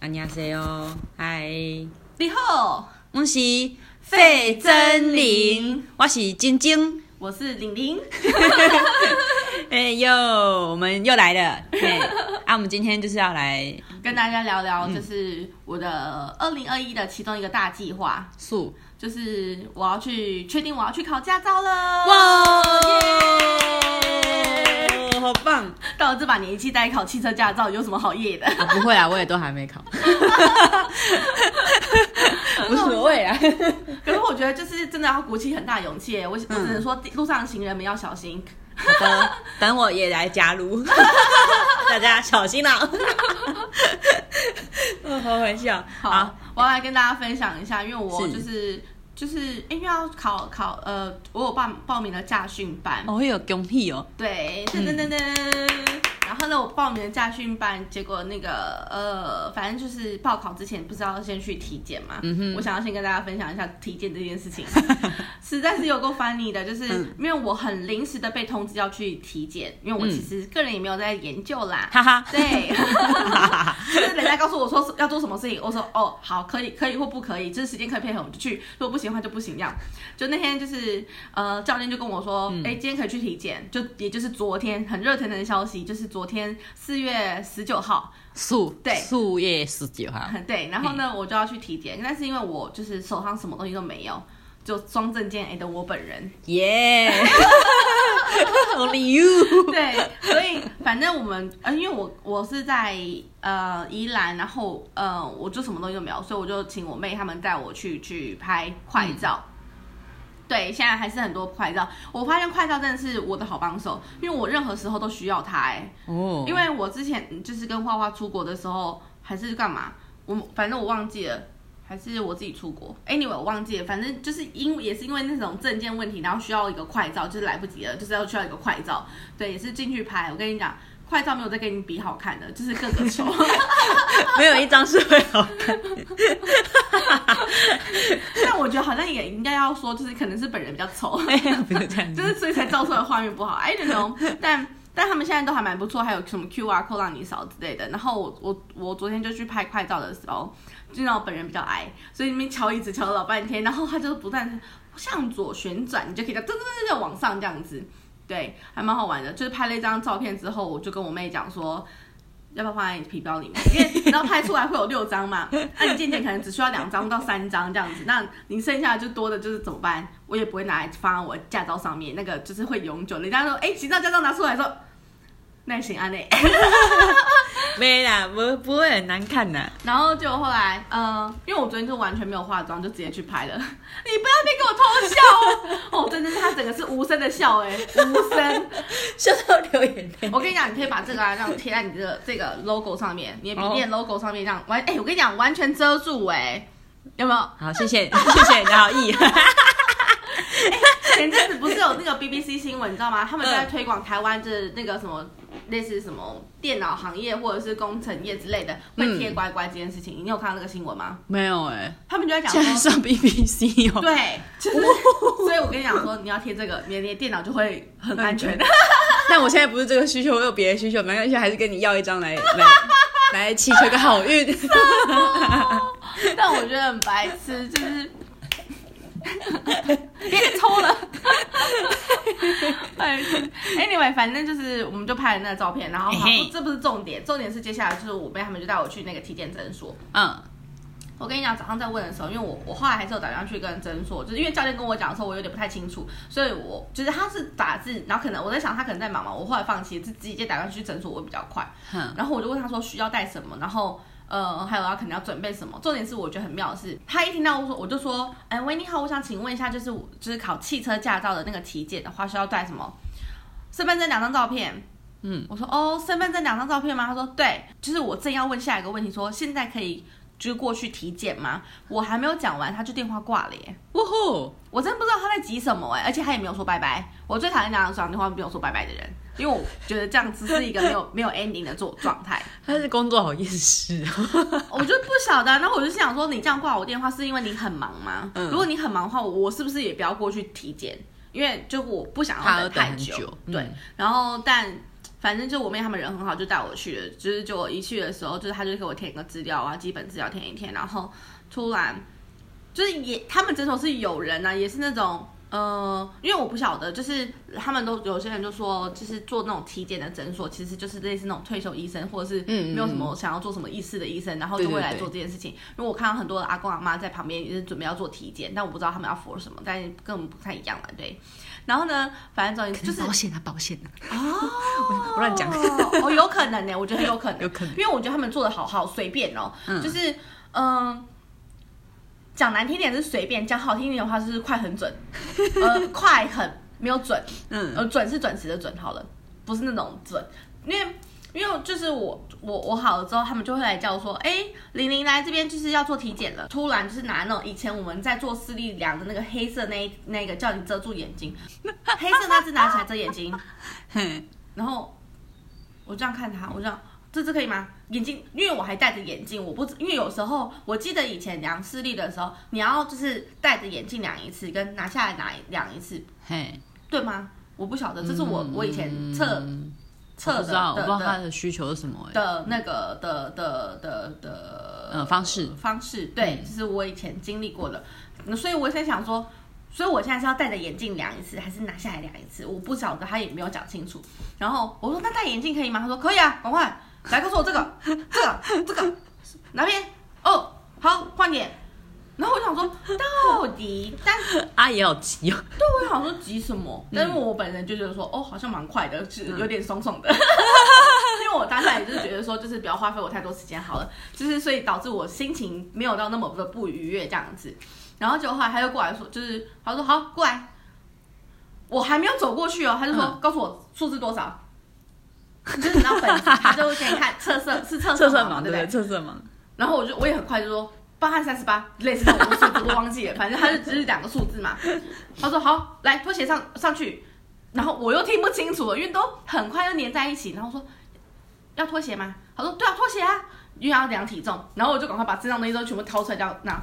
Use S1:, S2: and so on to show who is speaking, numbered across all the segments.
S1: 안녕하세요，嗨，
S2: 你好，
S1: 我是
S2: 费真玲，
S1: 我是晶晶。
S2: 我是 玲玲。
S1: 哎呦，我们又来了。嘿，啊，我们今天就是要来
S2: 跟大家聊
S1: 嗯
S2: 聊，就是我的二零二一的其中一个大计划，
S1: 素
S2: 就是我要去确定我要去考驾照了。
S1: 哇，
S2: 耶
S1: 好棒！
S2: 到了这把年纪再考汽车驾照有什么好耶 的？
S1: 啊，不会啊，我也都还没考， 无所谓啊。
S2: 可是我觉得就是真的要鼓起很大勇气耶，我我
S1: 嗯
S2: 只能说路上行人们要小心。
S1: 好的，等我也来加入，大家小心 啦、哦，好好笑。
S2: 好，我要来跟大家分享一下，因为我
S1: 是
S2: 就是就是因为要考考呃，我有报报名了驾训班，
S1: 哦，会有恭喜哦，
S2: 对，噔噔噔噔。然后呢，我报名了驾训班，结果那个呃，反正就是报考之前不是要先去体检嘛。嗯哼。我想要先跟大家分享一下体检这件事情，实在是有够 funny 的，就是、因为我很临时的被通知要去体检，因为我其实个人也没有在研究啦。
S1: 哈哈。
S2: 对， 就是人家告诉我说要做什么事情，我说哦好，可以可以或不可以，就是时间可以配合我们就去，如果不行的话就不行这样。就那天就是呃教练就跟我说，哎、今天可以去体检，就也就是昨天很热腾腾的消息，就是昨天四月十九号，
S1: 树
S2: 对
S1: 树叶十九 号，
S2: 对，然后呢我就要去体检，但是因为我就是手上什么东西都没有。就双证件 and 我本人，
S1: 耶，Only you，
S2: 对，所以反正我们，呃，因为我我是在呃宜兰，然后呃我就什么东西都没有，所以我就请我妹他们带我去去拍快照。对，现在还是很多快照。我发现快照真的是我的好帮手，因为我任何时候都需要它、哎、
S1: 哦，
S2: 因为我之前就是跟花花出国的时候，还是干嘛，我反正我忘记了。还是我自己出国，anyway 我忘记了，反正就是因也是因为那种证件问题，然后需要一个快照，就是来不及了，就是要需要一个快照，对，也是进去拍。我跟你讲，快照没有再跟你比好看的，就是各个球。
S1: 没有一张是会好 看，
S2: 但我觉得好像也应该要说，就是可能是本人比较丑。
S1: 不是这样
S2: 就
S1: 子，
S2: 是所以才造出来的画面不好。I don't know，但 但他们现在都还蛮不错，还有什么 QR code 让你扫之类的。然后我我我昨天就去拍快照的时候，就让我本人比较矮，所以那边敲椅子敲了老半天，然后他就不断向左旋转，你就可以这样噔噔噔噔往上这样子，对，还蛮好玩的。就是拍了一张照片之后，我就跟我妹讲说。要不要放在你皮包里面？因为你知道拍出来会有六张嘛，那你渐渐可能只需要两张到三张这样子，那你剩下的就多的就是怎么办？我也不会拿来放在我驾照上面，那个就是会永久。人家说，哎、行照驾照拿出来说，那行啊那。
S1: 没啦，不不会很难看呐，
S2: 然后就后来，呃，因为我昨天就完全没有化妆，就直接去拍了。 你不要再给我偷笑哦！哦，真的是他整个是无声的笑、哎，无声。
S1: 笑到流眼泪。
S2: 我跟你讲，你可以把这个啊，让贴在你的这个 logo 上面，你的笔电
S1: 哦
S2: logo 上面，这样完。哎、我跟你讲，完全遮住、哎，有没有？
S1: 好，谢谢， 谢谢你的好意。
S2: 前阵子不是有那个 BBC 新闻，你知道吗？他们就在推广台湾就是那个什么类似什么电脑行业或者是工程业之类的会贴乖乖这件事情，你有看到那个新闻吗？
S1: 没有哎，
S2: 他们就在 讲
S1: 现在
S2: 说。
S1: 上 BBC 哦，
S2: 对，就是，所以我跟你讲说，你要贴这个，你的电脑就会很安全。
S1: 但我现在不是这个需求，我有别的需求，没关系，还是跟你要一张来来 来祈求个好运。
S2: 但我觉得很白痴，就是 别抽了。 哎，anyway，反正就是我们就拍了那个照片，然后好
S1: 嘿嘿
S2: 不，这不是重点，重点是接下来就是我妹他们就带我去那个体检诊所。
S1: 嗯，
S2: 我跟你讲，早上在问的时候，因为我我后来还是有打电话去跟诊所，就是因为教练跟我讲的时候，我有点不太清楚，所以我就是他是打字，然后可能我在想他可能在忙嘛，我后来放弃，就直接打电话去诊所，我会比较快。
S1: 哼，
S2: 然后我就问他说需要带什么，然后呃，还有他可能要准备什么。重点是我觉得很妙的是，他一听到我说，我就说，哎、喂，你好，我想请问一下，就是我就是考汽车驾照的那个体检的话，需要带什么？身份证两张照片。
S1: 嗯，
S2: 我说哦，身份证两张照片吗？他说对，就是我正要问下一个问题说现在可以就是过去体检吗？我还没有讲完，他就电话挂了耶。
S1: 呜呼，
S2: 我真不知道他在急什么哎，而且他也没有说拜拜。我最讨厌那样讲电话没有说拜拜的人，因为我觉得这样子是一个没有 没有 ending 的状状态。
S1: 他是工作好厌世哦。
S2: 我就不晓得啊，那我就想说，你这样挂我电话是因为你很忙吗？
S1: 嗯
S2: 如果你很忙的话，我是不是也不要过去体检？因为就我不想要
S1: 怕要
S2: 等太
S1: 等很久
S2: 对，
S1: 嗯
S2: 然后但反正就我妹他们人很好，就带我去了。就是就我一去的时候，就是他就给我填一个资料啊，基本资料填一填，然后突然就是也他们诊所是有人啊，也是那种。呃，因为我不晓得，就是他们都有些人就说，就是做那种体检的诊所，其实就是类似那种退休医生，或者是
S1: 嗯嗯
S2: 没有什么想要做什么医师的医生，然后
S1: 对
S2: 就
S1: 对
S2: 会来
S1: 对
S2: 做这件事情。因为我看到很多的阿公阿妈在旁边也是准备要做体检，但我不知道他们要 for 什么，但跟我们不太一样了，对。然后呢，反正总而言之就是
S1: 保险啊，保险啊，
S2: 哦，
S1: 我乱讲
S2: 哦，哦有可 能呢，我觉得很有可能，
S1: 有可能
S2: 因为我觉得他们做的好好随便哦，就是嗯。讲难听点是随便，讲好听点的话就是 快很准，呃，快很没有准，
S1: 嗯，
S2: 呃，准是准时的准好了，不是那种准，因为因为就是我我我好了之后，他们就会来叫我说，哎、玲玲来这边就是要做体检了，突然就是拿那种以前我们在做视力量的那个黑色那一那个叫你遮住眼睛， 黑色那只拿起来遮眼睛，
S1: 嘿，
S2: 然后我这样看他，我这样这只可以吗？眼睛，因为我还戴着眼镜，我不知因为有时候我记得以前量视力的时候，你要就是戴着眼镜量一次，跟拿下来拿量一次，
S1: 嘿，
S2: 对吗？我不晓得，这是我、我以前测测
S1: 我不
S2: 的
S1: 知道，我不
S2: 的
S1: 知道他
S2: 的
S1: 的需求是什么、欸，
S2: 的那个的的的的
S1: 呃，方 式，
S2: 方式，对，就是我以前经历过的，所以我现在想说。所以我现在是要戴着眼镜量一次，还是拿下来量一次？我不晓得，他也没有讲清楚。然后我说：“那戴眼镜可以吗？”他说：“可以啊，赶快来告诉我这个、这个、这个 哪边？哦，好，换点。”然后我想说，到底，但
S1: 阿姨好急哦，
S2: 对我想说急什么？
S1: 嗯
S2: 但是我本人就觉得说，哦，好像蛮快的，就是有点松松的。 因为我当下也就是觉得说，就是不要花费我太多时间好了，就是所以导致我心情没有到那么的不愉悦这样子。然后就后来他就过来说，就是他说好过来，我还没有走过去哦，他就说、
S1: 嗯
S2: 告诉我数字多少，就是你知道本子，他就会给你看测色是测
S1: 测
S2: 色
S1: 色
S2: 嘛
S1: 盲
S2: 对
S1: 对不对？？
S2: 不对
S1: 测色 盲，
S2: 然后我就我也很快就说八和三十八，类似这种数字我忘记了，反正他就只是两个数字嘛。他说好，来拖鞋上上去，然后我又听不清楚了，因为都很快就粘在一起。然后说要拖鞋吗？他说对啊，拖鞋啊，因为要量体重。然后我就赶快把身上东西都全部掏出来掉那。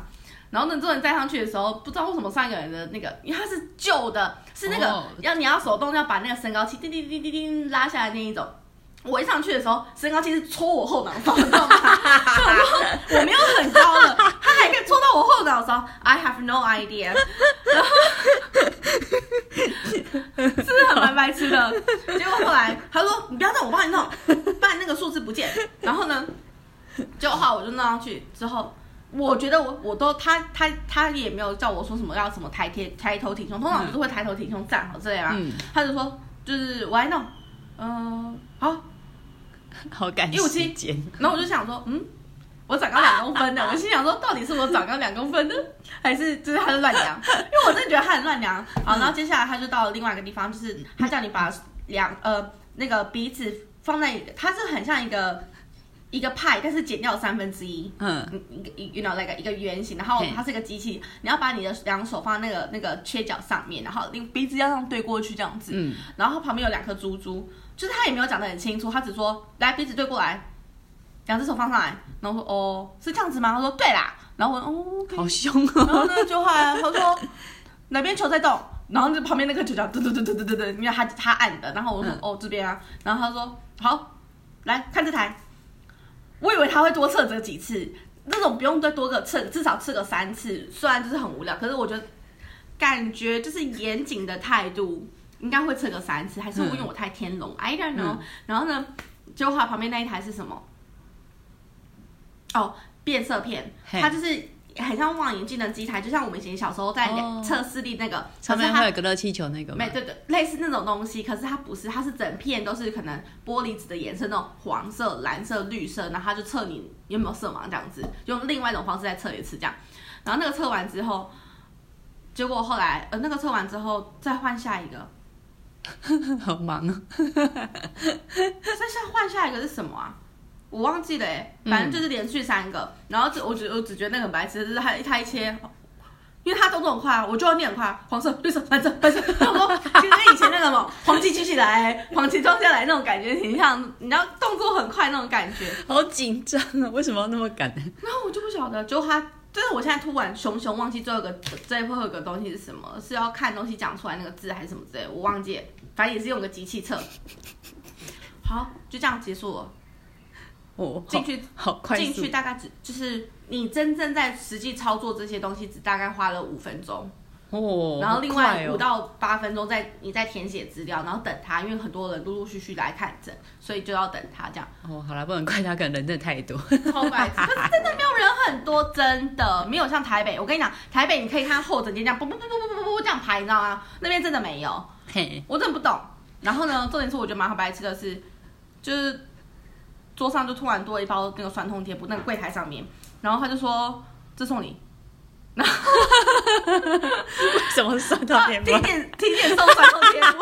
S2: 然后呢，这人戴上去的时候，不知道为什么上一个人的那个，因为它是旧的，是那个、
S1: 哦
S2: 要你要手动要把那个升高器叮叮叮叮叮拉下来那一种。我一上去的时候，身高其实戳我后脑勺，你知道吗？ 就我说我没有很高了，他还可以戳到我后脑勺。I have no idea，然后是不是很蛮白痴的？结果后来他说：“你不要弄，我帮你弄，不然那个数字不见。”然后呢，结果后来我就弄上去之后。我觉得我我都他他他也没有叫我说什么要什么抬贴抬头挺胸，通常不是会抬头挺胸站好之类的嘛。
S1: 嗯
S2: 他就说就是我来弄，嗯、好，
S1: 好赶
S2: 因为我
S1: 时
S2: 今
S1: 间，
S2: 然后我就想说，嗯，我长高两公分的，我心想说，到底是我长高两公分呢，还是就是他在乱量？因为我真的觉得他很乱量。好，然后接下来他就到了另外一个地方，就是他叫你把两呃那个鼻子放在，它是很像一个一个派，但是减掉三分之一。
S1: 嗯，
S2: 一个一 you know 那个一个圆形，然后
S1: 嘿
S2: 它是一个机器，你要把你的两手放在那个那个缺角上面，然后你鼻子要这样对过去这样子，
S1: 嗯
S2: 然后旁边有两颗珠珠，就是他也没有讲得很清楚，他只说来鼻子对过来，两只手放上来，然后我说哦是这样子吗？他说对啦，然后我哦，
S1: 好凶
S2: 然后
S1: 哦，
S2: 呢就后来他说哪边球在动，然后就旁边那个球角噔噔噔噔噔噔噔，因为他他按的，然后我说、
S1: 嗯
S2: 哦这边啊，然后他说好来看这台，我以为他会多测这几次，那种不用再多个测，至少测个三次，虽然就是很无聊，可是我觉得感觉就是严谨的态度应该会测个三次，还是我因为我太天龙、i don't know、
S1: 嗯
S2: 然后呢，结果后来旁边那一台是什么？哦，变色片，
S1: 嘿
S2: 它就是。很像望远镜的机台，就像我们以前小时候在
S1: 哦
S2: 测视力那个，
S1: 上
S2: 可是
S1: 面
S2: 它
S1: 会有个热气球那个吗
S2: 没？对对，类似那种东西，可是它不是，它是整片都是可能玻璃纸的颜色，那种黄色、蓝色、绿色，然后它就测你有没有色盲这样子，用另外一种方式再测一次这样。然后那个测完之后，结果后来呃那个测完之后再换下一个，
S1: 好忙哦，
S2: 再下换下一个是什么啊？我忘记了哎、反正就是连续三个。然后这我只我只觉得那个很白痴，就是他他一切。因为他动作很快啊，我就要念很快啊，黄色、绿色、蓝色、白色。 然后我说，其实跟以前那个什么黄旗举起来、黄旗装下来那种感觉挺像，你知道动作很快那种感觉。
S1: 好紧张啊！为什么要那么赶？
S2: 然后我就不晓得，就他，就是我现在突然熊熊忘记最后一个最后一个东西是什么，是要看东西讲出来那个字还是什么之类的，我忘记了，反正也是用个机器测。好，就这样结束了。
S1: 哦，
S2: 进去
S1: 好好快速，
S2: 进去大概只就是你真正在实际操作这些东西，只大概花了五分钟，
S1: 哦，
S2: 然后另外
S1: 好
S2: 五
S1: 快哦、
S2: 到八分钟在你在填写资料，然后等他，因为很多人陆陆续续来看诊，所以就要等他这样。
S1: 哦，好啦，不能怪他，可能人真的太多。
S2: 超白痴，可是真的没有人很多，真的没有像台北。我跟你讲，台北你可以看后整间这样，不不不不不不不这样排，你知道吗？那边真的没有，
S1: 嘿，
S2: 我真的不懂。然后呢，重点是我觉得蛮好白痴的是，就是桌上就突然多了一包那个酸痛贴布，那个柜台上面，然后他就说这送你，
S1: 为 什么算到
S2: 啊
S1: 面
S2: 体
S1: 包？
S2: 检体检送酸痛贴布，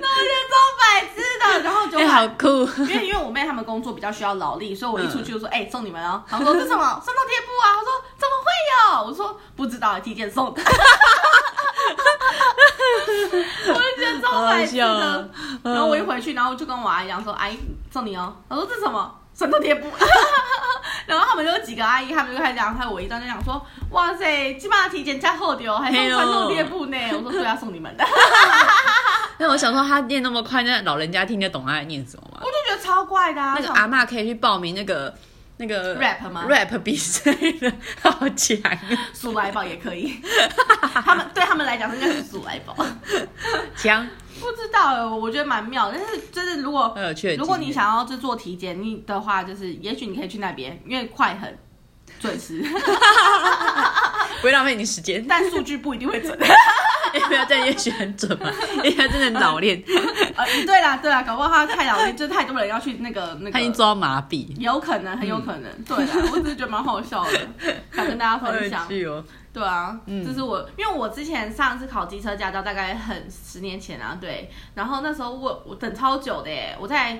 S2: 那我觉得超白痴的。然后 就
S1: 哎、好 酷！
S2: 因为因为我妹她们工作比较需要劳力，所以我一出去就
S1: 嗯
S2: 说，哎、送你们哦。然后说这 什么？送到贴布啊？她说怎么会有？我说不知道，体检 送的。我就觉得超白痴
S1: 好好笑哦
S2: 的。啊然后我一回去，然后就跟我阿姨讲说，阿姨送你哦。她说这什么？神偷贴布。 然后他们就有几个阿姨，他们就开始讲，还有我一张就讲说，哇塞，基本上体检加厚的哦，还送
S1: 嘿哦
S2: 传统贴布呢。我说对啊，送你们的。
S1: 那我想说，他念那么快，那老人家听得懂他在念什么吗
S2: 我？就觉得超怪的啊。
S1: 那个阿嬷可以去报名那个那个
S2: Rap 吗
S1: ？rap 比赛的， 好强啊
S2: 鼠来宝也可以， 他们对他们来讲应该是鼠来宝。
S1: 强！
S2: 不知道哎，我觉得蛮妙，但是就是如果
S1: 很有趣的经验
S2: 如果你想要就做体检你的话，就是也许你可以去那边，因为快很准时，
S1: 不会浪费你时间，
S2: 但数据不一定会准。
S1: 因为他真的也许很准 嘛，因为他真的脑练，
S2: 呃，对啦对啦，搞不好他太老了，就太多人要去那个那
S1: 他已经嗯
S2: 个。
S1: 抓麻痹，
S2: 有可能，很有可能，对啦，我只是觉得蛮好 笑的，想跟大家
S1: 好
S2: 分享
S1: 有。趣哦。
S2: 对啊，这是我，因为我之前上次考机车驾照大概很十年前啊，对，然后那时候我我等超久的耶，我在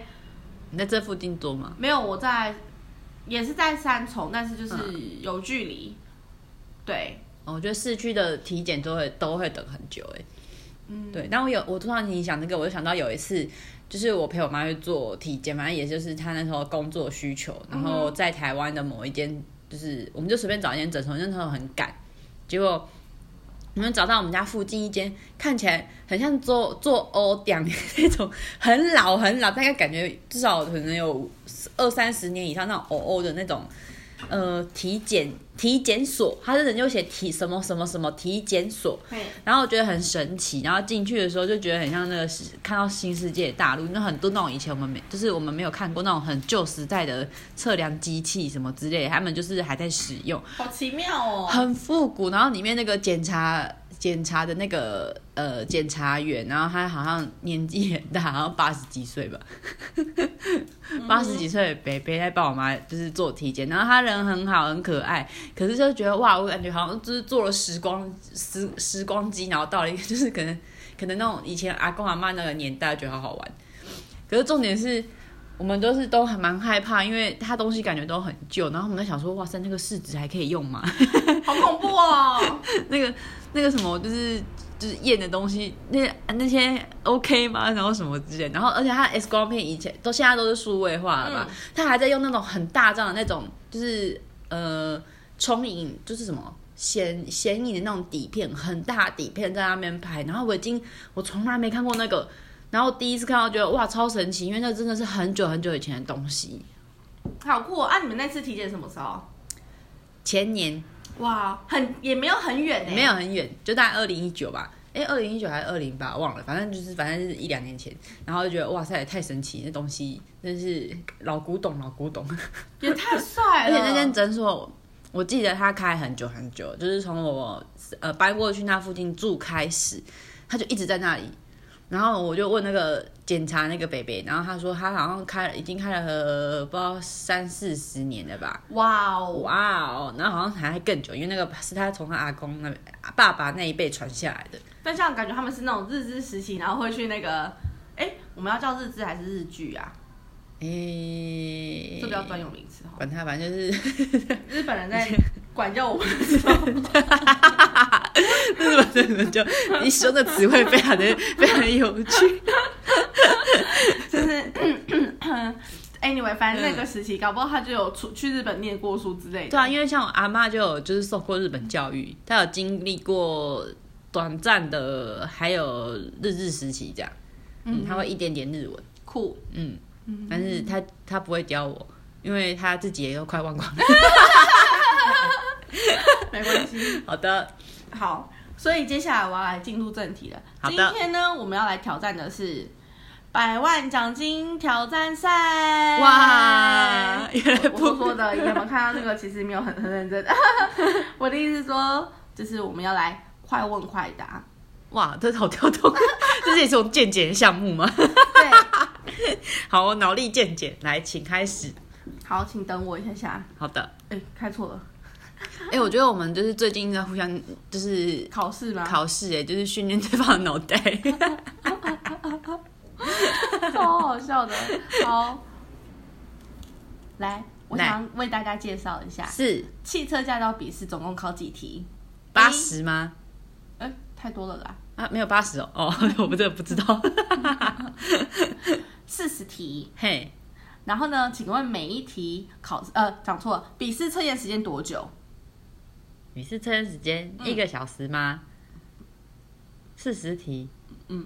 S1: 你在这附近做吗？
S2: 没有我在也是在三重，但是就是
S1: 嗯
S2: 有距离，对，
S1: 哦我觉得市区的体检都会都会等很久哎。
S2: 嗯
S1: 对，但我有我突然你想那个，我就想到有一次，就是我陪我妈去做体检，反正也就是她那时候工作需求，然后在台湾的某一间，就是我们就随便找一间诊所，因为那时候很赶，结果我们找到我们家附近一间看起来很像做做欧店那种很老很老，大概感觉至少可能有二三十年以上那种欧欧的那种。呃，体检体检所，他这人就写体什么什么什么体检所，
S2: 嘿，
S1: 然后我觉得很神奇，然后进去的时候就觉得很像那个世看到新世界大陆，那很多那种以前我们没就是我们没有看过那种很旧时代的测量机器什么之类的，他们就是还在使用，
S2: 好奇妙哦，
S1: 很复古。然后里面那个检查检查的那个呃检查员，然后他好像年纪很大，好像八十几岁吧， 八十几岁的北北在帮我妈就是做体检，然后他人很好很可爱，可是就觉得哇，我感觉好像就是坐了时光时时光机，然后到了一个就是可能可能那种以前阿公阿妈那个年代，觉得好好玩。可是重点是。我们都是都还蛮害怕，因为他东西感觉都很旧，然后我们在想说，哇塞，那个试纸还可以用吗？
S2: 好恐怖哦，
S1: 那个那个什么，就是就是验的东西，那那些 OK 吗？然后什么之类，然后而且它 X 光片以前都现在都是数位化了嘛
S2: 嗯，
S1: 他、还在用那种很大张的那种，就是呃冲影，就是什么。显显影的那种底片，很大底片在那边拍，然后我已经我从来没看过那个，然后第一次看到觉得哇超神奇，因为那真的是很久很久以前的东西，
S2: 好酷哦！啊，你们那次体检什么时候？
S1: 前年
S2: 哇，很也没有很远呢，
S1: 没有很远，就大概二零一九吧。哎，二零一九还是二零八，忘了，反正就是反正是一两年前，然后就觉得哇塞，太神奇，那东西真是老古董，老古董。
S2: 也太帅
S1: 而
S2: 了，
S1: 且那间诊所，我记得他开很久很久，就是从我呃搬过去那附近住开始，他就一直在那里。然后我就问那个检查那个北北，然后他说他好像开了已经开了不知道三四十年了吧，
S2: 哇哦，
S1: 哇哦，那好像还更久，因为那个是他从他阿公那边、爸爸那一辈传下来的。
S2: 但这样感觉他们是那种日资实习，然后会去那个，哎，我们要叫日资还是日剧啊？
S1: 诶、
S2: 这不叫专有名词哈。
S1: 管他，反正就是
S2: 日本人在管教我们的时候，
S1: 日本真的就你使用的词汇非常的非常的有 趣。
S2: 就是 anyway，反正那个时期，搞不好他就有出去日本念过书之类
S1: 对
S2: 的。
S1: 啊，因为像我阿妈就有就是受过日本教育，她有经历过嗯
S2: 嗯
S1: 短暂的，还有日治时期这样。嗯，她会一点点日文，
S2: 酷，
S1: 嗯，但是他他不会教我，因为他自己也都快忘光了。
S2: 没关系。
S1: 好 的，
S2: 好，所以接下来我要来进入正题了。
S1: 好的
S2: 今天呢，我们要来挑战的是百万奖金挑战赛。
S1: 哇，原来
S2: 哎我
S1: 不
S2: 说的，你有没有看到那个？其实没有很很认真。 我的意思是说，就是我们要来快问快答。
S1: 哇，这好跳动， 这是也是我健检的项目吗？
S2: 对，
S1: 好，我脑力健检，来，请开始。
S2: 好，请等我一下下。
S1: 好的，
S2: 哎、开错了，
S1: 哎、我觉得我们就是最近在互相就是
S2: 考试吗？
S1: 考试，哎，就是训练对方的脑 袋。
S2: 超 好笑的。好，来，我想为大家介绍一下
S1: 是
S2: 汽车驾照笔试总共考几题？
S1: 八十吗？
S2: 哎、太多了啦，
S1: 啊，没有八十哦，哦， 我们这不知道。
S2: 四十题。
S1: 嘿，
S2: 然后呢？请问每一题考呃讲错了，笔试测验时间多久？
S1: 你是测验时间
S2: 嗯
S1: 一个小时吗？四十题。
S2: 嗯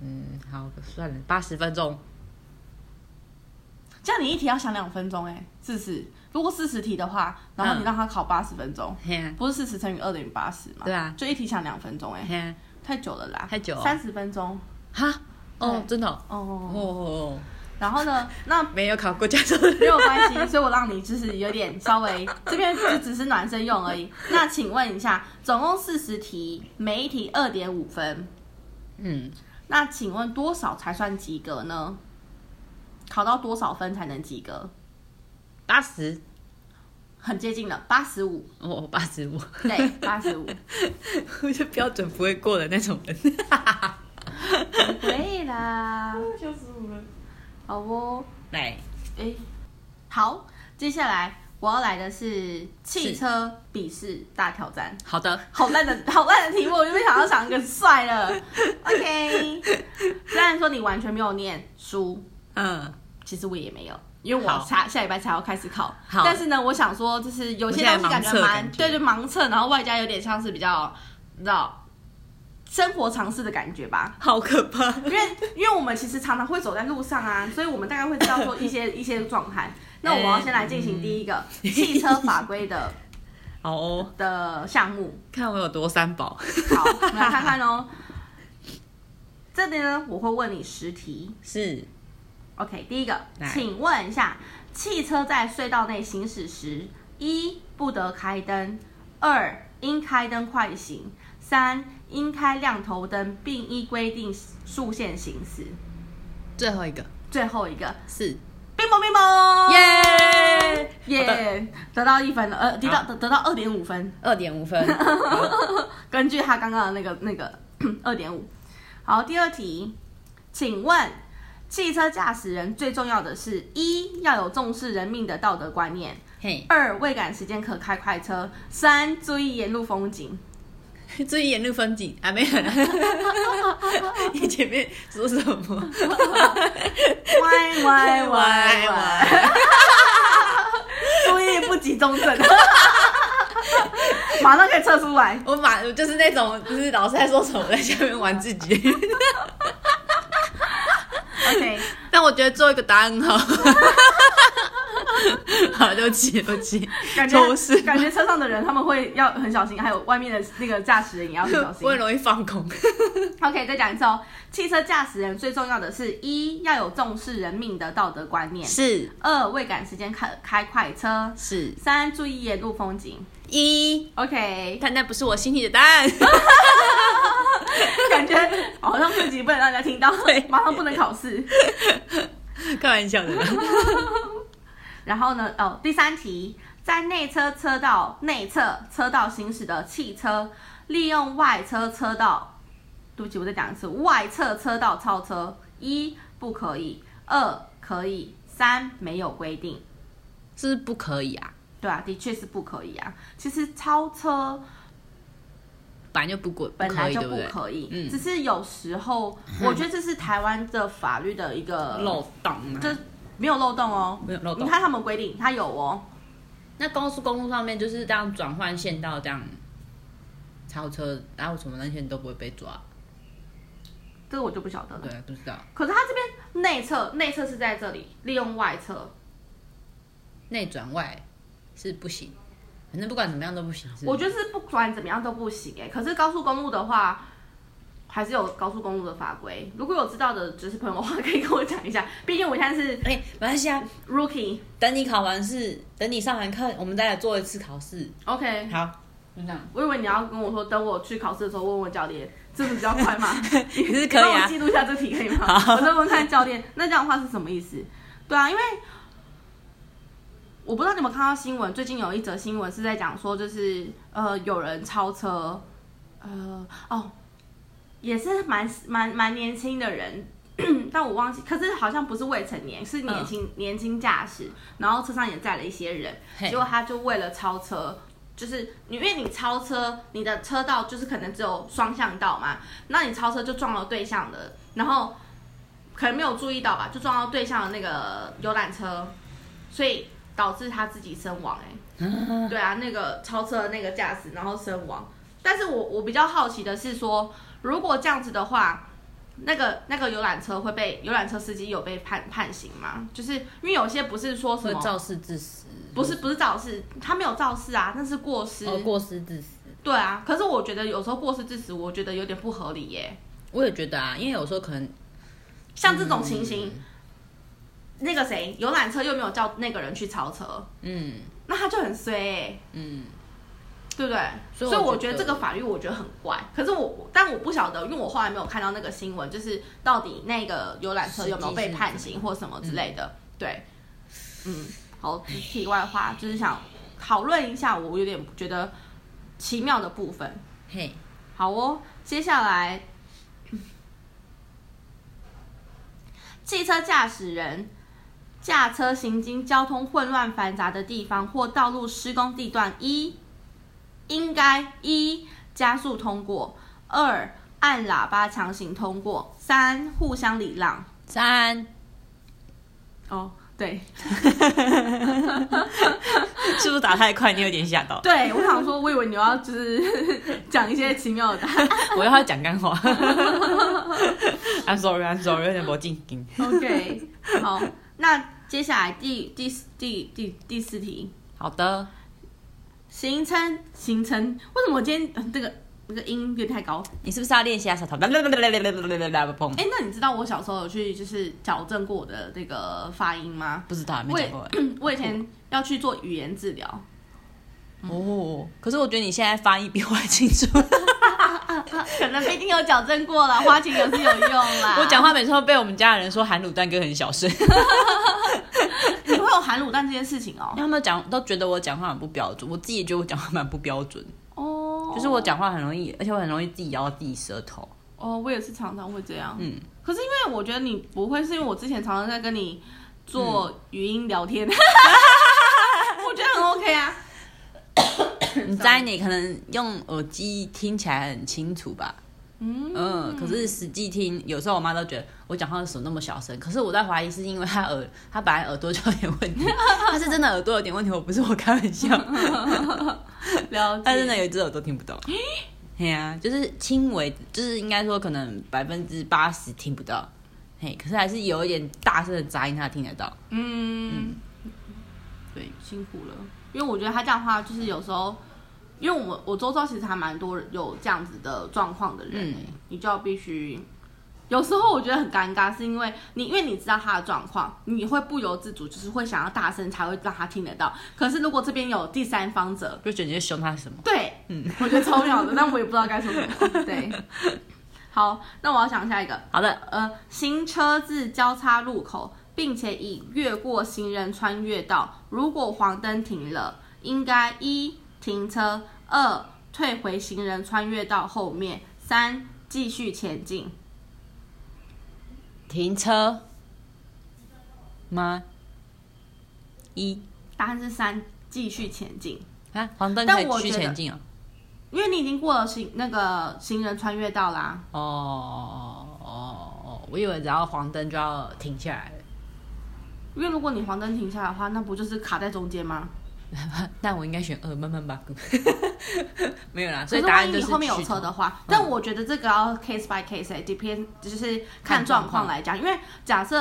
S1: 嗯，好，算了，八十分钟。
S2: 这样你一题要想两分钟哎、四十。如果四十题的话，然后你
S1: 嗯
S2: 让他考八十分钟，
S1: 嘿啊，
S2: 不是四十乘以二等于八十嘛？
S1: 对啊
S2: 就一题想两分钟哎、
S1: 嘿啊，
S2: 太久了啦，
S1: 太久了
S2: 三十分钟
S1: 哈，哦，
S2: 对
S1: 真的哦，哦
S2: 哦。
S1: 哦，
S2: 然后 呢？那
S1: 没有考过驾照。
S2: 没有关系，所以我让你就是有点稍微这边就只是暖身用而已。那请问一下，总共四十题，每一题二点五分，
S1: 嗯，
S2: 那请问多少才算及格呢？考到多少分才能及格？
S1: 八十，
S2: 很接近了，八十五，
S1: 哦，八十五，
S2: 对，八十五。
S1: 我就标准不会过的那种人。
S2: 对啦，
S1: 笑死我了。
S2: 好哦，
S1: 来，
S2: 哎、好，接下来我要来的是汽车笔试大挑战。
S1: 好的，
S2: 好烂 的，好烂的题目，我就没想到想一个帅的。OK，虽然说你完全没有念书，
S1: 嗯，
S2: 其实我也没有，因为我
S1: 好
S2: 下下礼拜才要开始考。
S1: 好
S2: 但是呢，我想说，就是有些
S1: 我
S2: 东
S1: 现在
S2: 西感
S1: 盲
S2: 觉
S1: 测
S2: 蛮
S1: 感觉
S2: 对，就盲测，然后外加有点像是比较，你知道，生活常识的感觉吧。
S1: 好可怕。
S2: 因为因为我们其实常常会走在路上啊，所以我们大概会知道说一些一些状态。那我要先来进行第一个 汽车法规的
S1: 好哦，
S2: 的项目。
S1: 看我有多三宝。
S2: 好，我们来看看哦。这里呢，我会问你十题。
S1: 是
S2: OK，第一个
S1: 来，
S2: 请问一下，汽车在隧道内行驶时，一不得开灯，二应开灯快行，三应开亮头灯，并依规定速限行驶。
S1: 最后一个，
S2: 最后一个，
S1: 是
S2: 冰乓冰乓，
S1: 耶，
S2: 耶、
S1: 好的
S2: 得到一分了，呃，得到
S1: 好
S2: 得得到二点五分，
S1: 二点五分。好
S2: 根据他刚刚的那个那个嗯二点五。好，第二题，请问汽车驾驶人最重要的是一要有重视人命的道德观念，
S1: 嘿，
S2: 二未赶时间可开快车，三注意沿路 风景。
S1: 注意沿路风景啊，没有啦。 你前面说什么？
S2: 歪歪歪歪，
S1: 歪，
S2: 注意不集中症，马上可以测出来。
S1: 我马我就是那种，就是老师在说什么，我在下面玩自 己。
S2: OK，
S1: 但我觉得做一个答案很好。 好，对不起，对不起，
S2: 感
S1: 抽
S2: 觉
S1: 是
S2: 感觉车上的人他们会要很小心，还有外面的那个驾驶人也要很 小心
S1: 我。很容易放空。
S2: OK，再讲一次哦。汽车驾驶人最重要的是一要有重视人命的道德观念，
S1: 是
S2: 二未赶时间开开快车，
S1: 是
S2: 三注意沿路风景。
S1: 一，
S2: OK，
S1: 但那不是我心里的答案。
S2: 感觉好像自己不能让人家听到
S1: 对，
S2: 马上不能考试。
S1: 开玩笑的啦。
S2: 然后呢，哦，第三题，在内车车道内侧车道行驶的汽车，利用外车车道，对不起，我再讲一次，外侧车道超车，一不可以，二可以，三没有规定。
S1: 是不是不可以啊？
S2: 对啊，的确是不可以啊。其实超车
S1: 本来就不过，
S2: 本来就
S1: 不
S2: 不
S1: 可以，对不
S2: 可以，
S1: 嗯
S2: 只是有时候、我觉得这是台湾的法律的一个
S1: 对？，漏档啊。
S2: 就是没有漏洞哦。
S1: 没有漏洞
S2: 你看他们规定，它有哦。
S1: 那高速公路上面就是这样转换线道这样超车，然后什么那些人都不会被抓。
S2: 这个我就不晓得了。
S1: 对，不知道
S2: 可是它这边内侧内侧是在这里，利用外侧，
S1: 内转外是不行，反正不管怎么样都不行。是
S2: 我觉得是不管怎么样都不行哎、可是高速公路的话，还是有高速公路的法规。如果有知道的就是朋友的话，可以跟我讲一下，毕竟我现在是
S1: 哎，马来西亚，
S2: rookie。
S1: 等你考完试，等你上完课，我们再来做一次考试。
S2: OK，
S1: 好，就这样。
S2: 我以为你要跟我说，等我去考试的时候问问教练，这是比较快吗？
S1: 也是可
S2: 你帮
S1: 以
S2: 我
S1: 啊，
S2: 记录一下这题可以吗？
S1: 好
S2: 我再问看教练，那这样的话是什么意思？对啊，因为我不知道你们看到新闻，最近有一则新闻是在讲说，就是呃有人超车，呃哦，也是蛮蛮蛮年轻的人。但我忘记，可是好像不是未成年，是
S1: 嗯
S2: 年轻、年轻驾驶，然后车上也载了一些人，
S1: 嘿
S2: 结果他就为了超车，就是你因为你超车，你的车道就是可能只有双向道嘛，那你超车就撞到对向的，然后可能没有注意到吧，就撞到对向的那个游览车，所以导致他自己身亡、哎，对啊，那个超车的那个驾驶然后身亡。但是我我比较好奇的是说，如果这样子的话，那个那个游览车会被游览车司机有被判判刑吗？就是因为有些不是说什
S1: 会
S2: 么
S1: 肇事致死，
S2: 不是不是肇事，他没有肇事啊，那是过失。
S1: 哦，过失致死。
S2: 对啊，可是我觉得有时候过失致死，我觉得有点不合理耶。
S1: 我也觉得啊，因为有时候可能
S2: 像这种情形，
S1: 嗯
S2: 那个谁游览车又没有叫那个人去超车，
S1: 嗯
S2: 那他就很衰耶，
S1: 嗯，
S2: 对不对？
S1: 所
S2: 所
S1: 以
S2: 以
S1: 我
S2: 我
S1: 觉
S2: 觉
S1: 得
S2: 得这个法律我觉得很怪。可是我，但我不晓得，因为我后来没有看到那个新闻，就是到底那个游览车有没有被判刑或什么之类的。对，嗯，好，这是题外话，就是想讨论一下我有点觉得奇妙的部分。
S1: 嘿，
S2: 好哦，接下来， 汽车驾驶人驾车行经交通混乱繁杂的地方或道路施工地段，一应该一加速通过，二按喇叭强行通过，三互相礼让。
S1: 三，
S2: 哦，对，
S1: 是不是打太快？你有点吓到，
S2: 对我想说，我以为你要就是 讲一些奇妙的答案。
S1: 我要讲干话。I'm sorry, I'm sorry，有点不正经。
S2: OK，好，那接下来第第四第第第四题，
S1: 好的，
S2: 行程行程，为什么我今天呃这个这个音有点太高？
S1: 你是不是要练习啊？小头，砰，
S2: 哎、那你知道我小时候有去就是矫正过我的那个发音吗？
S1: 不知道，没
S2: 我
S1: 讲
S2: 也
S1: 过。
S2: 我以前要去做语言治 疗，
S1: 哦，可是我觉得你现在发音比我还清楚。。
S2: 可能不一定有矫正过了，花钱也是有用啦
S1: 我讲话每次都被我们家人说韩卤蛋哥很小声，
S2: 你会有含卤蛋这件事情哦。
S1: 他们讲都觉得我讲话很不标准，我自己也觉得我讲话蛮不标准，
S2: 哦，
S1: 就是我讲话很容易，而且我很容易自己咬到自己舌头。
S2: 哦，我也是常常会这样。
S1: 嗯，
S2: 可是因为我觉得你不会，是因为我之前常常在跟你做语音聊天，我觉得很 OK 啊。
S1: 你在你可能用耳机听起来很清楚吧？
S2: 嗯
S1: 嗯，可是实际听，有时候我妈都觉得我讲话为什么那么小声。可是我在怀疑是因为她耳，她本来耳朵就有点问题，她是真的耳朵有点问题，我不是我开玩笑，
S2: 了解，
S1: 她真的有一只耳朵听 不到。嘿啊，就是轻微，就是应该说可能百分之八十听不到，嘿，可是还是有一点大声的杂音，她听得到。
S2: 嗯，对，辛苦了。因为我觉得他这样的话，就是有时候，因为我们我周遭其实还蛮多人有这样子的状况的人、
S1: 嗯
S2: 你就要必须。有时候我觉得很尴尬，是因为你因为你知道他的状况，你会不由自主就是会想要大声才会让他听得到。可是如果这边有第三方者，
S1: 就觉得你在凶她什么？
S2: 对，嗯，我觉得超妙的，但我也不知道该说什么。对，好，那我要想下一个，
S1: 好的，
S2: 呃，行车至交叉路口，并且已越过行人穿越道，如果黄灯停了，应该一停车，二退回行人穿越道后面，三继续前进。
S1: 停车吗？一
S2: 答案是三，继续前进。
S1: 啊，黄灯可
S2: 但
S1: 以
S2: 我
S1: 去
S2: 觉得
S1: 前进啊。
S2: 因为你已经过了行那个行人穿越道啦，
S1: 哦哦哦哦，我以为只要黄灯就要停下来了，
S2: 因为如果你黄灯停下来的话，那不就是卡在中间吗？
S1: 那我应该选二，慢慢吧。 没有啦，
S2: 可
S1: 所以
S2: 是
S1: 答案
S2: 万一
S1: 就
S2: 你
S1: 是嗯
S2: 后面有
S1: 系统
S2: 车的话，但我觉得这个要 case by case，欸 depend 就是看状况来讲，因为假设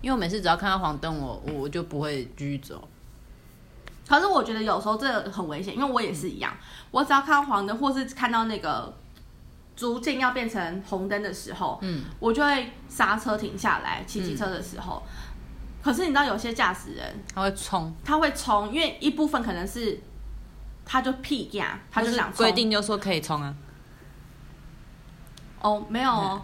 S1: 因为我每次只要看到黄灯，我我我就不会继续走。
S2: 可是我觉得有时候这很危险，因为我也是一样，我只要看到黄灯或是看到那个逐渐要变成红灯的时候，
S1: 嗯，
S2: 我就会刹车停下来，骑机车的时候。
S1: 嗯
S2: 可是你知道有些驾驶人
S1: 他会冲，
S2: 他会冲，因为一部分可能是他就屁呀，他就
S1: 或是
S2: 想冲
S1: 规定就说可以冲啊。
S2: 哦，没有
S1: 嗯
S2: 哦。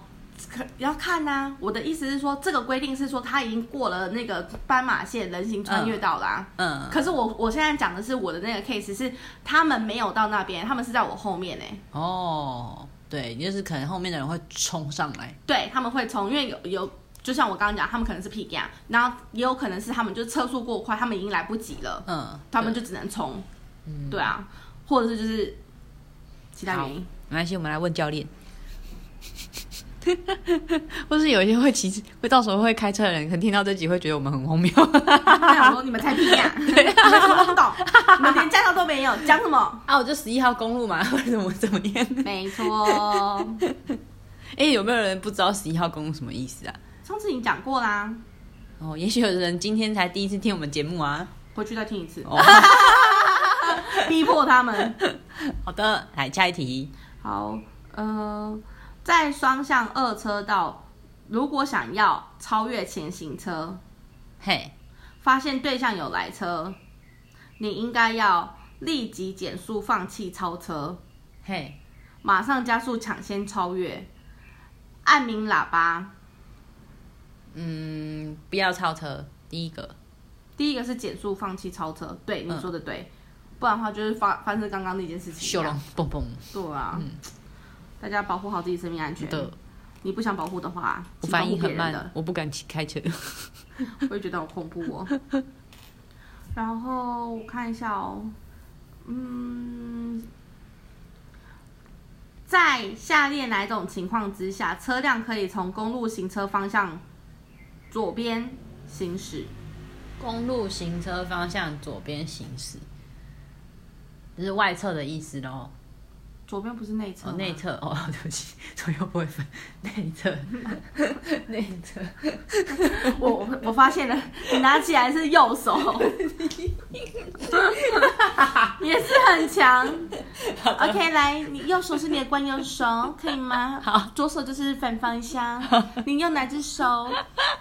S2: 可要看呐、我的意思是说，这个规定是说他已经过了那个斑马线人行穿越道啦、
S1: 嗯，
S2: 可是我我现在讲的是我的那个 case 是他们没有到那边，他们是在我后面呢、欸
S1: 哦，对，就是可能后面的人会冲上来。
S2: 对，他们会冲，因为有有，就像我刚刚讲，他们可能是 P g 然后也有可能是他们就是车速过快，他们已经来不及了，
S1: 嗯，
S2: 他们
S1: 对
S2: 就只能冲。对啊，或者是就是其他原因。
S1: 没关系，我们来问教练。 或是有一些会骑，会到时候会开车的人，可能听到这集会觉得我们很荒谬。
S2: 他想说你们才 P 呀、你们什么都不懂，你们连驾照都没有，讲什么？
S1: 啊，我就十一号公路嘛， 或者怎么怎么样？
S2: 没错。
S1: 哎、有没有人不知道十一号公路什么意思啊？
S2: 上次已经讲过啦，
S1: 哦，也许有的人今天才第一次听我们节目啊。
S2: 回去再听一次，
S1: 哦，
S2: 逼迫他们。
S1: 好的，来下一题。
S2: 好，呃，在双向二车道，如果想要超越前行车，
S1: 嘿，
S2: 发现对向有来车，你应该要立即减速，放弃超车，
S1: 嘿，
S2: 马上加速抢先超越，按鸣喇叭。
S1: 嗯，不要超车，第一个。
S2: 第一个是减速，放弃超车，对你
S1: 嗯
S2: 说的对，不然的话就是发发生刚刚那件事情
S1: 秀
S2: 一
S1: 龙
S2: 样。
S1: 蹦蹦
S2: 对啊，大家保护好自己生命安全。
S1: 的，
S2: 你不想保护的话，
S1: 我
S2: 请
S1: 反应
S2: 保护
S1: 很
S2: 别人的
S1: 慢，我不敢骑开车。
S2: 我也觉得好恐怖哦。然后我看一下哦，嗯，在下列哪种情况之下，车辆可以从公路行车方向左边行驶？
S1: 公路行车方向左边行驶，就是外侧的意思喽。
S2: 左边不是内侧
S1: 哦，
S2: 吗
S1: 内侧哦， 对不起，左右不会分， 内侧，内侧。
S2: 我我我发现了，你拿起来是右手，也是很强。OK，来，你右手是你的惯右手，可以吗？好，左手就是反方向，你用哪只手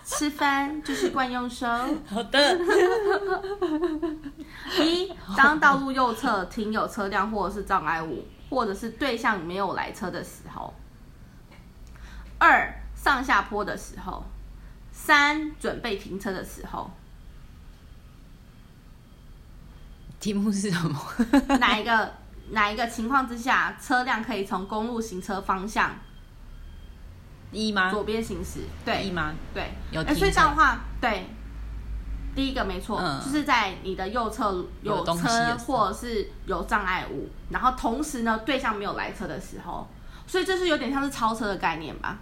S2: 吃饭就是惯右手。
S1: 好的，
S2: 一，当道路右侧停有车辆或者是障碍物，或者是对向没有来车的时候；二，上下坡的时候；三，准备停车的时候。
S1: 题目是什么？
S2: 哪一个哪一个情况之下，车辆可以从公路行车方向
S1: 一吗？
S2: 左边行驶？
S1: 一
S2: 对
S1: 吗？
S2: 对，
S1: 啊有
S2: 哎
S1: 停
S2: 所以这
S1: 车
S2: 样的话，对，第一个没错，
S1: 嗯
S2: 就是在你的右侧
S1: 有东西
S2: 车
S1: 的时候
S2: 或者是有障碍物，然后同时呢对向没有来车的时候，所以这是有点像是超车的概念吧。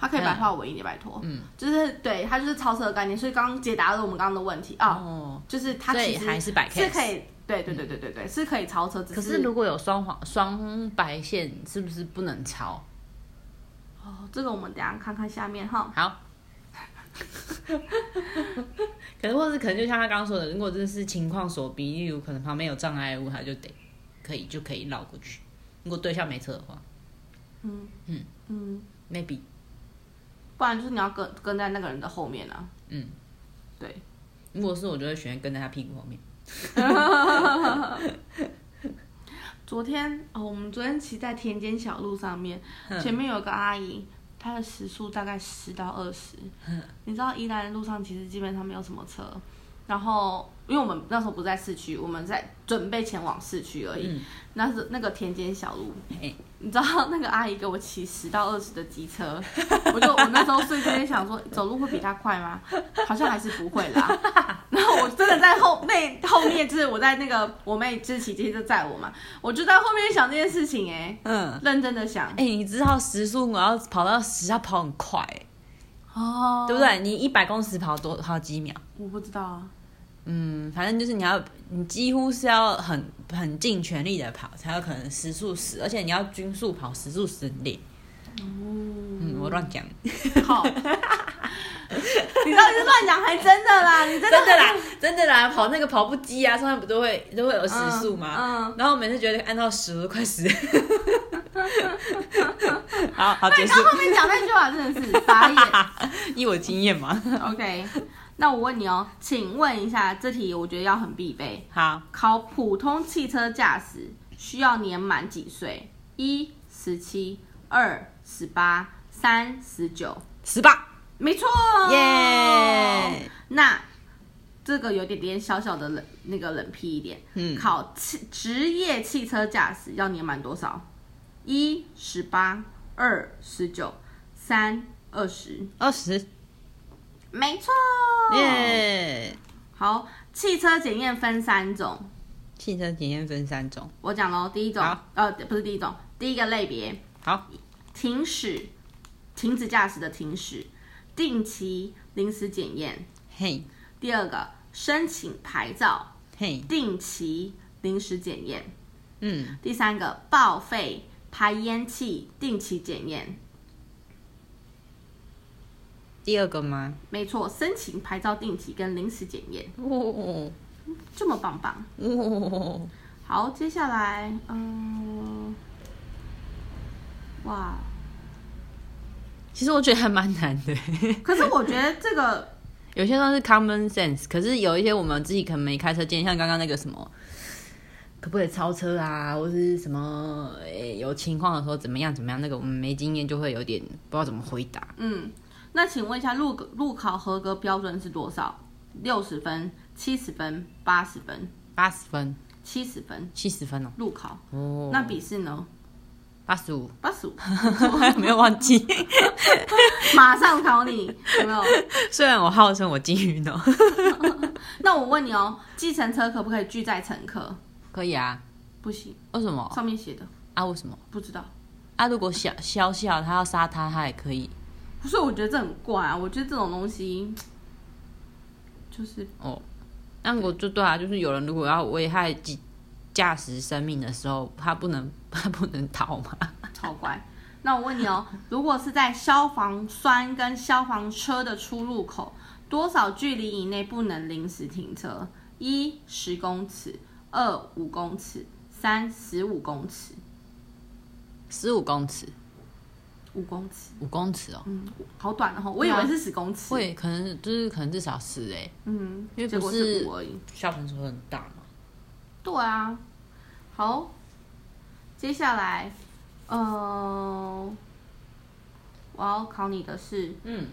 S2: 它可以白话文一点，拜托。
S1: 嗯，
S2: 就是对，它就是超车的概念，所以刚刚解答了我们刚刚的问题啊、
S1: 哦，
S2: 就是它
S1: 所以
S2: 其实
S1: 还是摆
S2: 是
S1: case
S2: 可以，对对对对对对，是可以超车，只
S1: 可是如果有双黄双白线，是不是不能超？
S2: 哦，这个我们等一下看看下面哈。
S1: 好。 可是，或是可能就像他刚刚说的，如果这是情况所逼，例如可能旁边有障碍物，他就得可以就可以绕过去。如果对象没车的话
S2: 嗯
S1: 嗯
S2: 嗯，
S1: ，maybe
S2: 不然就是你要跟跟在那个人的后面啊。
S1: 嗯，
S2: 对，
S1: 如果是我就会选跟在他屁股后面。
S2: 昨天哦，我们昨天骑在田间小路上面，前面有个阿姨，她的时速大概十到二十。你知道宜兰的路上其实基本上没有什么车，然后因为我们那时候不在市区，我们在准备前往市区而已。
S1: 嗯
S2: 那是那个田间小路，
S1: 嘿
S2: 你知道那个阿姨给我骑十到二十的 机车，我就我那时候瞬间想说，走路会比她快吗？好像还是不会啦。 然后我真的在后那后面，就是我在那个我妹就是骑机车载我嘛，我就在后面想这件事情、欸，
S1: 嗯，
S2: 认真的想，
S1: 哎、你知道时速我要跑到十，要跑很快、欸，
S2: 哦
S1: 对不？对？你一百公尺跑多跑几秒？
S2: 我不知道啊，
S1: 嗯，反正就是你要，你几乎是要很很尽全力的跑，才有可能时速十，而且你要均速跑，时速十很累。嗯，我乱讲，
S2: 好，你到底是乱讲还真 的啦？你真的
S1: 真的啦，真的啦，跑那个跑步机啊，上面不都会都会有时速吗？
S2: 嗯，
S1: 然后我每次觉得按到十，我都快死了。 好好结束，
S2: 刚后面讲那句话真 的是傻眼。
S1: 依我经验嘛。
S2: OK，那我问你哦，请问一下，这题我觉得要很必备。
S1: 好，
S2: 考普通汽车驾驶需要年满几岁？一十七，二十八，三十九。
S1: 十八，
S2: 没错，
S1: 耶！
S2: 那这个有点点小小的冷，那个冷僻一点。
S1: 嗯
S2: 考汽职业汽车驾驶要年满多少？一十八，二十九，三二十。
S1: 二十，
S2: 没错，
S1: 耶！
S2: 好，汽车检验分三种，
S1: 汽车检验分三种，
S2: 我讲喽，第一种
S1: 好，
S2: 呃，不是第一种，第一个类别，
S1: 好，
S2: 停驶，停止驾驶的停驶，定期临时检验；
S1: 嘿，
S2: 第二个，申请牌照，
S1: 嘿，
S2: 定期临时检验；
S1: 嗯，
S2: 第三个，报废排烟器定期检验。
S1: 第二个吗？
S2: 没错，申请牌照定期跟临时检验，
S1: 哦
S2: 这么棒棒。
S1: 哦，
S2: 好，接下来，嗯、哇，
S1: 其实我觉得还蛮难的，
S2: 可是我觉得这个
S1: 有些算是 common sense，可是有一些我们自己可能没开车经验，像刚刚那个什么。可不可以超车啊，或是什么、诶有情况的时候怎么样怎么样？那个我们没经验，就会有点不知道怎么回答。
S2: 嗯，那请问一下路路考合格标准是多少？六十分、七十分、八十分、
S1: 八十分、
S2: 七十分
S1: 七十分哦，
S2: 路考，
S1: 哦，
S2: 那笔试呢？
S1: 八十五，
S2: 八十五，
S1: 没有忘记。
S2: 马上考你有没有？
S1: 虽然我号称我金鱼脑，
S2: 那我问你哦，计程车可不可以拒载乘客？
S1: 可以啊？
S2: 不行，
S1: 为什么
S2: 上面写的
S1: 啊？为什么
S2: 不知道。
S1: 啊？如果小小小他要杀他，他也可以
S2: 所以我觉得这很怪啊，我觉得这种东西就是
S1: 哦。那我就对啊，就是有人如果要危害驾驾驶生命的时候，他不能 他不能逃嘛？
S2: 超乖。那我问 你哦，如果是在消防栓跟消防车的出入口，多少距离以内不能临时停车？一十公尺，二五公尺，三十五公尺，
S1: 十五公尺，
S2: 五公尺，
S1: 五公尺哦，
S2: 嗯，好短哦，我以为是十公尺，
S1: 会可能就是可能至少十哎、
S2: 嗯，
S1: 因为
S2: 结
S1: 不
S2: 果
S1: 是
S2: 是五而已。
S1: 消防车很大嘛。
S2: 对啊，好，接下来，呃，我要考你的是
S1: 嗯，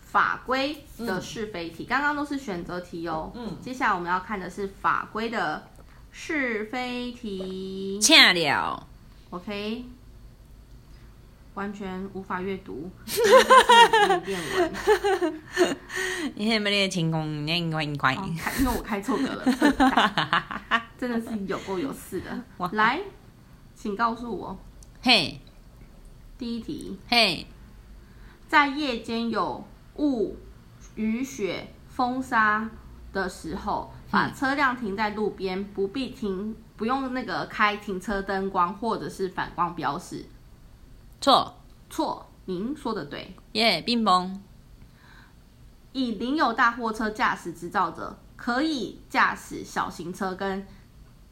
S2: 法规的是非题，刚刚都是选择题哦。嗯，接下来我们要看的是法规的是非题。
S1: 恰嗯了，
S2: OK，完全无法阅 读，就是念文，
S1: 你有没有轻功？你应该应该
S2: 哦开因为我开错格了，笨蛋真的是有够有事的。来，请告诉我
S1: 嘿
S2: 第一题，
S1: 嘿，
S2: 在夜间有雾、雨雪、风沙的时候，把车辆停在路边，不必停，不用那个开停车灯光或者是反光标示。
S1: 错
S2: 错，您说的对。
S1: 耶，冰崩
S2: 以领有大货车驾驶执照者，可以驾驶小型车跟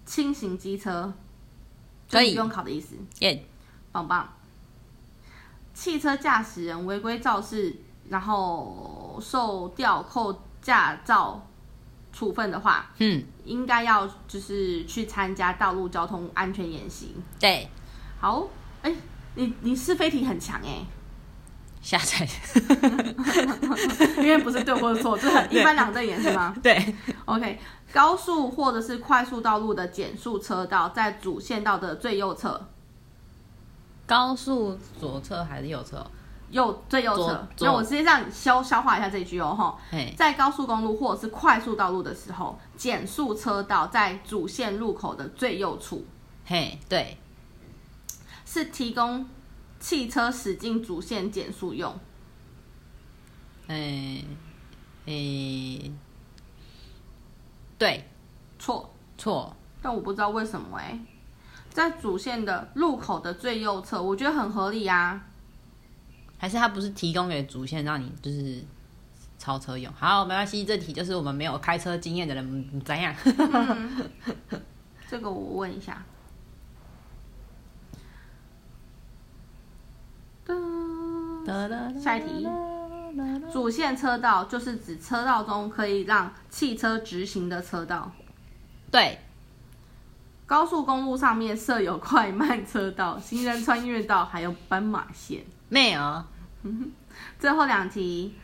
S2: 轻型机车，就
S1: 可
S2: 是
S1: 以
S2: 不用考的意思。
S1: 耶，
S2: 棒棒。汽车驾驶人违规肇事，然后受吊扣驾照处分的话，
S1: 嗯，
S2: 应该要就是去参加道路交通安全演习。
S1: 对，
S2: 好，哎、你你是非题很强哎、
S1: 下 载，
S2: 因为不是对或者错，这很一翻两瞪眼是吗
S1: 对，
S2: ？OK，高速或者是快速道路的减速车道在主线道的最右侧，
S1: 高速左侧还是右侧？
S2: 右最右侧
S1: 左。
S2: 那
S1: 左
S2: 我直接让你消消化一下这一句哦，吼。
S1: 嘿，
S2: 在高速公路或者是快速道路的时候，减速车道在主线路口的最右处，
S1: 嘿，对，
S2: 是提供汽车驶进主线减速用。
S1: 呃诶、诶、呃对，
S2: 错，
S1: 错，
S2: 但我不知道为什么哎、在主线的路口的最右侧，我觉得很合理啊。
S1: 还是他不是提供给主线让你就是超车用？好，没关系，这题就是我们没有开车经验的人嗯怎样？
S2: 嗯这个我问一下。噔下一题。主线车道就是指车道中可以让汽车直行的车道。
S1: 对，
S2: 高速公路上面设有快慢车道、行人穿越道，还有斑马线。
S1: 没有，
S2: 最后两题，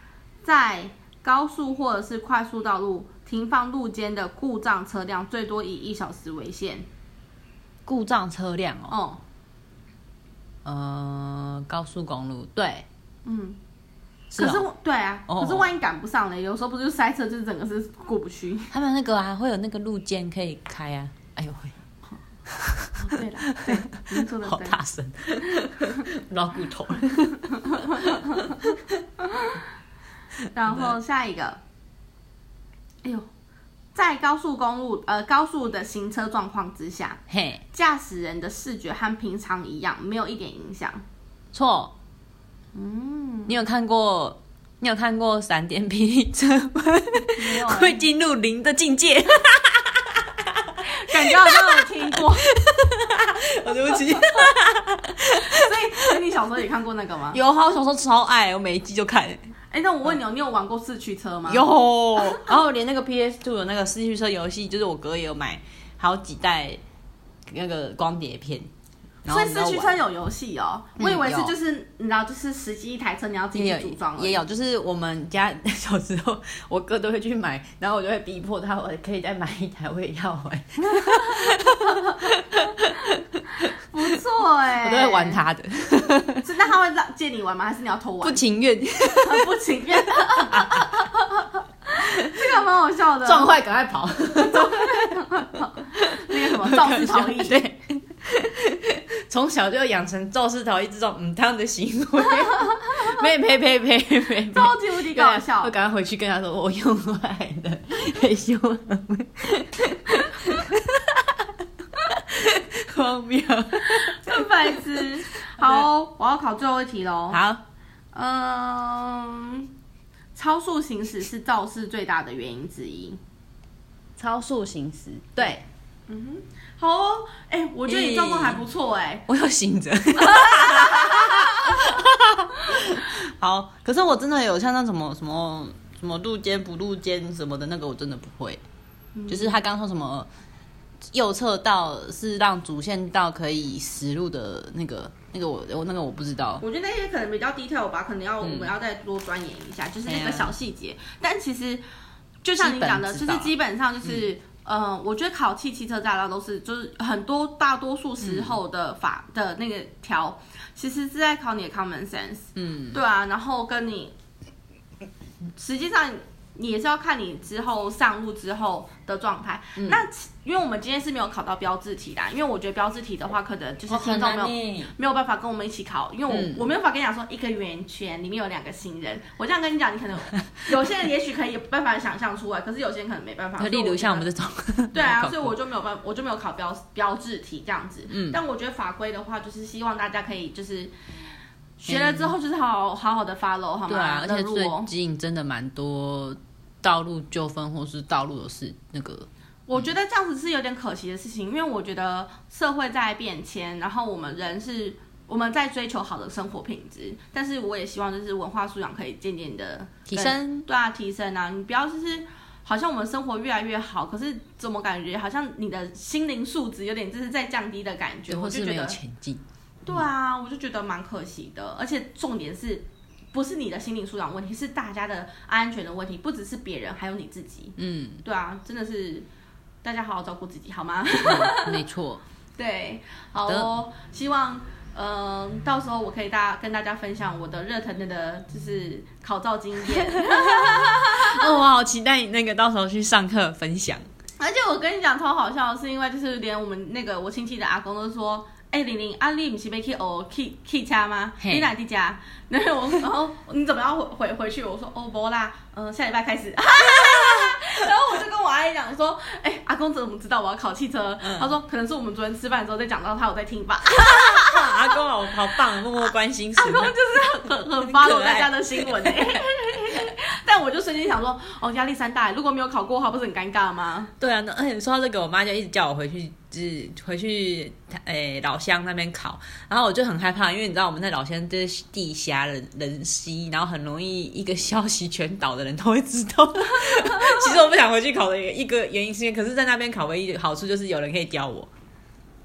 S2: 在高速或者是快速道路停放路肩的故障车辆，最多以一小时为限。
S1: 故障车辆哦，
S2: 哦，
S1: 呃，高速公路，对，
S2: 嗯，
S1: 是
S2: 可是
S1: 哦、
S2: 我对啊，
S1: 哦
S2: 可是万一赶不上嘞，有时候不是塞车，就是整个是过不去。
S1: 他们那个啊，会有那个路肩可以开啊。哎呦喂，
S2: 对了，对，您说的
S1: 好
S2: 对。
S1: 大 声，老骨头了。
S2: 然后下一个，哎呦，在高速公路呃高速的行车状况之下，
S1: 嘿，
S2: 驾驶人的视觉和平常一样，没有一点影响。
S1: 错，
S2: 嗯，
S1: 你有看过？你有看过闪电霹雳车吗？
S2: 没有、
S1: 会进入零的境界。
S2: 感觉好像有听过。
S1: 我对不起，
S2: 所以，所以你小时候也看过那个吗？
S1: 有啊，我小时候超爱，我每一季就看。
S2: 哎，那我问你哦，你有玩过四驱车吗？。
S1: 有，然后连那个 PS Two 有那个四驱车游戏，就是我哥也有买好几袋那个光碟片。然后
S2: 所以四驱
S1: 我们都
S2: 车
S1: 玩
S2: 有游戏哦，
S1: 嗯
S2: 我以为是
S1: 有
S2: 就是你知道，就是实际一台车你要自己
S1: 也
S2: 去组装
S1: 有
S2: 而已
S1: 也有，就是我们家 小时候，我哥都会去买，然后我就会逼迫他，我可以再买一台，我也要玩，
S2: 不错哎，
S1: 我都会玩。他的，
S2: 是那他会让借你玩吗？还是你要偷玩？嗯
S1: 不情愿
S2: 很不情 愿。这个蛮好笑的，哦
S1: 撞坏赶快跑，
S2: 那个什么哦肇事逃逸。
S1: 对，从小就养成肇事逃逸这种嗯这样的行 为，呸呸呸呸呸呸，
S2: 超级无敌 搞笑
S1: 啊我，赶快回去跟他说，我用坏的， 很凶， 荒谬。
S2: 很白 痴。好哦，我要考最后一题喽。
S1: 好，
S2: 嗯，超速行驶是肇事最大的原因之一。
S1: 超速行驶，对
S2: 嗯哼，好哦，哎、我觉得你状况还不错哎、
S1: 我有醒 着。好，可是我真的有像那什么什么什么路肩不路肩什么的那个，我真的不会。
S2: 嗯
S1: 就是他刚说什么右侧道是让主线道可以实路的那个那个我我那个我不知道。
S2: 我觉得那些可能比较 detail 吧，可能要、
S1: 嗯
S2: 我们要再多钻研一下，就是
S1: 哎
S2: 那
S1: 呀
S2: 个小细节。但其实就像你
S1: 基本
S2: 讲的，
S1: 知
S2: 就
S1: 道
S2: 是啊基本上就是。嗯，我觉得考汽汽车驾照都是，就是很多大多数时候的法、的那个条，其实是在考你的 common sense。
S1: 嗯，
S2: 对啊，然后跟你，实际上你也是要看你之后上路之后的状态。
S1: 嗯
S2: 那其因为我们今天是没有考到标志题啦，因为我觉得标志题的话，可能就是听众没有、
S1: 有。
S2: 没有办法跟我们一起考，因为我、
S1: 嗯
S2: 我没有办法跟你讲说一个圆圈里面有两个行人。我这样跟你讲，你可能有些人也许可以有办法想象出来，可是有些人可能没办法。
S1: 例如像我们
S2: 的
S1: 这种，
S2: 对啊，所以
S1: 没有考过
S2: 我就没有办，我就没有考标标志题这样子。
S1: 嗯
S2: 但我觉得法规的话，就是希望大家可以就是学了之后，就是好好好的 follow 好吗？
S1: 对啊，而且
S2: 那如
S1: 最
S2: 果
S1: 近真的蛮多道路纠纷或是道路的事，那个
S2: 我觉得这样子是有点可惜的事情，因为我觉得社会在变迁，然后我们人是我们在追求好的生活品质，但是我也希望就是文化素养可以渐渐的
S1: 提升。
S2: 对啊，提升啊！你不要就是好像我们生活越来越好，可是怎么感觉好像你的心灵素质有点就是在降低的感觉？
S1: 或
S2: 我就是觉
S1: 没有
S2: 得，
S1: 前进，
S2: 对啊，我就觉得蛮可惜的。而且重点是不是你的心灵素养问题，是大家的安全的问题，不只是别人，还有你自己。
S1: 嗯，
S2: 对啊，真的是大家好好照顾自己，好吗？
S1: 嗯没错，
S2: 对，好哦，希望。嗯，到时候我可以大跟大家分享我的热腾腾的，就是考照经验。
S1: 哦，我好期待你那个到时候去上课分享。
S2: 而且我跟你讲超好笑，的是因为就是连我们那个我亲戚的阿公都说。哎，玲玲，啊，你不是被去哦去去家吗？
S1: 嘿
S2: 你哪去家？ 然呃后我，然后你怎么要回回回去？我说哦，不啦，嗯、下礼拜开始。 然后我就跟我阿姨讲说，哎、阿公怎么知道我要考汽车？
S1: 嗯
S2: 他说可能是我们昨天吃饭的时候在讲到他有在听吧。
S1: 哇啊阿公好好棒，默默关心啊
S2: 阿
S1: 什
S2: 公
S1: 么？
S2: 就是很很
S1: 爱
S2: follow 大家的新闻、 欸。但我就瞬间想说，哦，压力山大，如果没有考过的话，不是很尴尬吗？
S1: 对啊，那而且说到这个，我妈就一直叫我回去，就是回去诶、老乡那边考，然后我就很害怕，因为你知道我们那老乡就是地狭人人稀，然后很容易一个消息全岛的人都会知 道。其实我不想回去考的一个原因是因为，可是在那边考唯一的好处就是有人可以教我，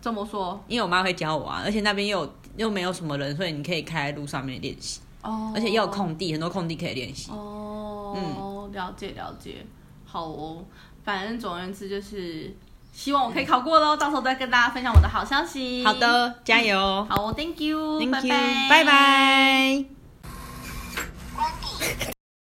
S2: 这么说？
S1: 因为我妈会教我啊，而且那边又有又没有什么人，所以你可以开在路上面练习，
S2: 哦，
S1: 而且也有空地，很多空地可以练习。
S2: 哦，了解了解，好哦。反正总而言之就是，希望我可以考过喽，到时候再跟大家分享我的好消息。
S1: 好，的，加油
S2: 好哦，Thank you，
S1: ，Thank you，
S2: 嗯
S1: 拜
S2: 拜
S1: 拜。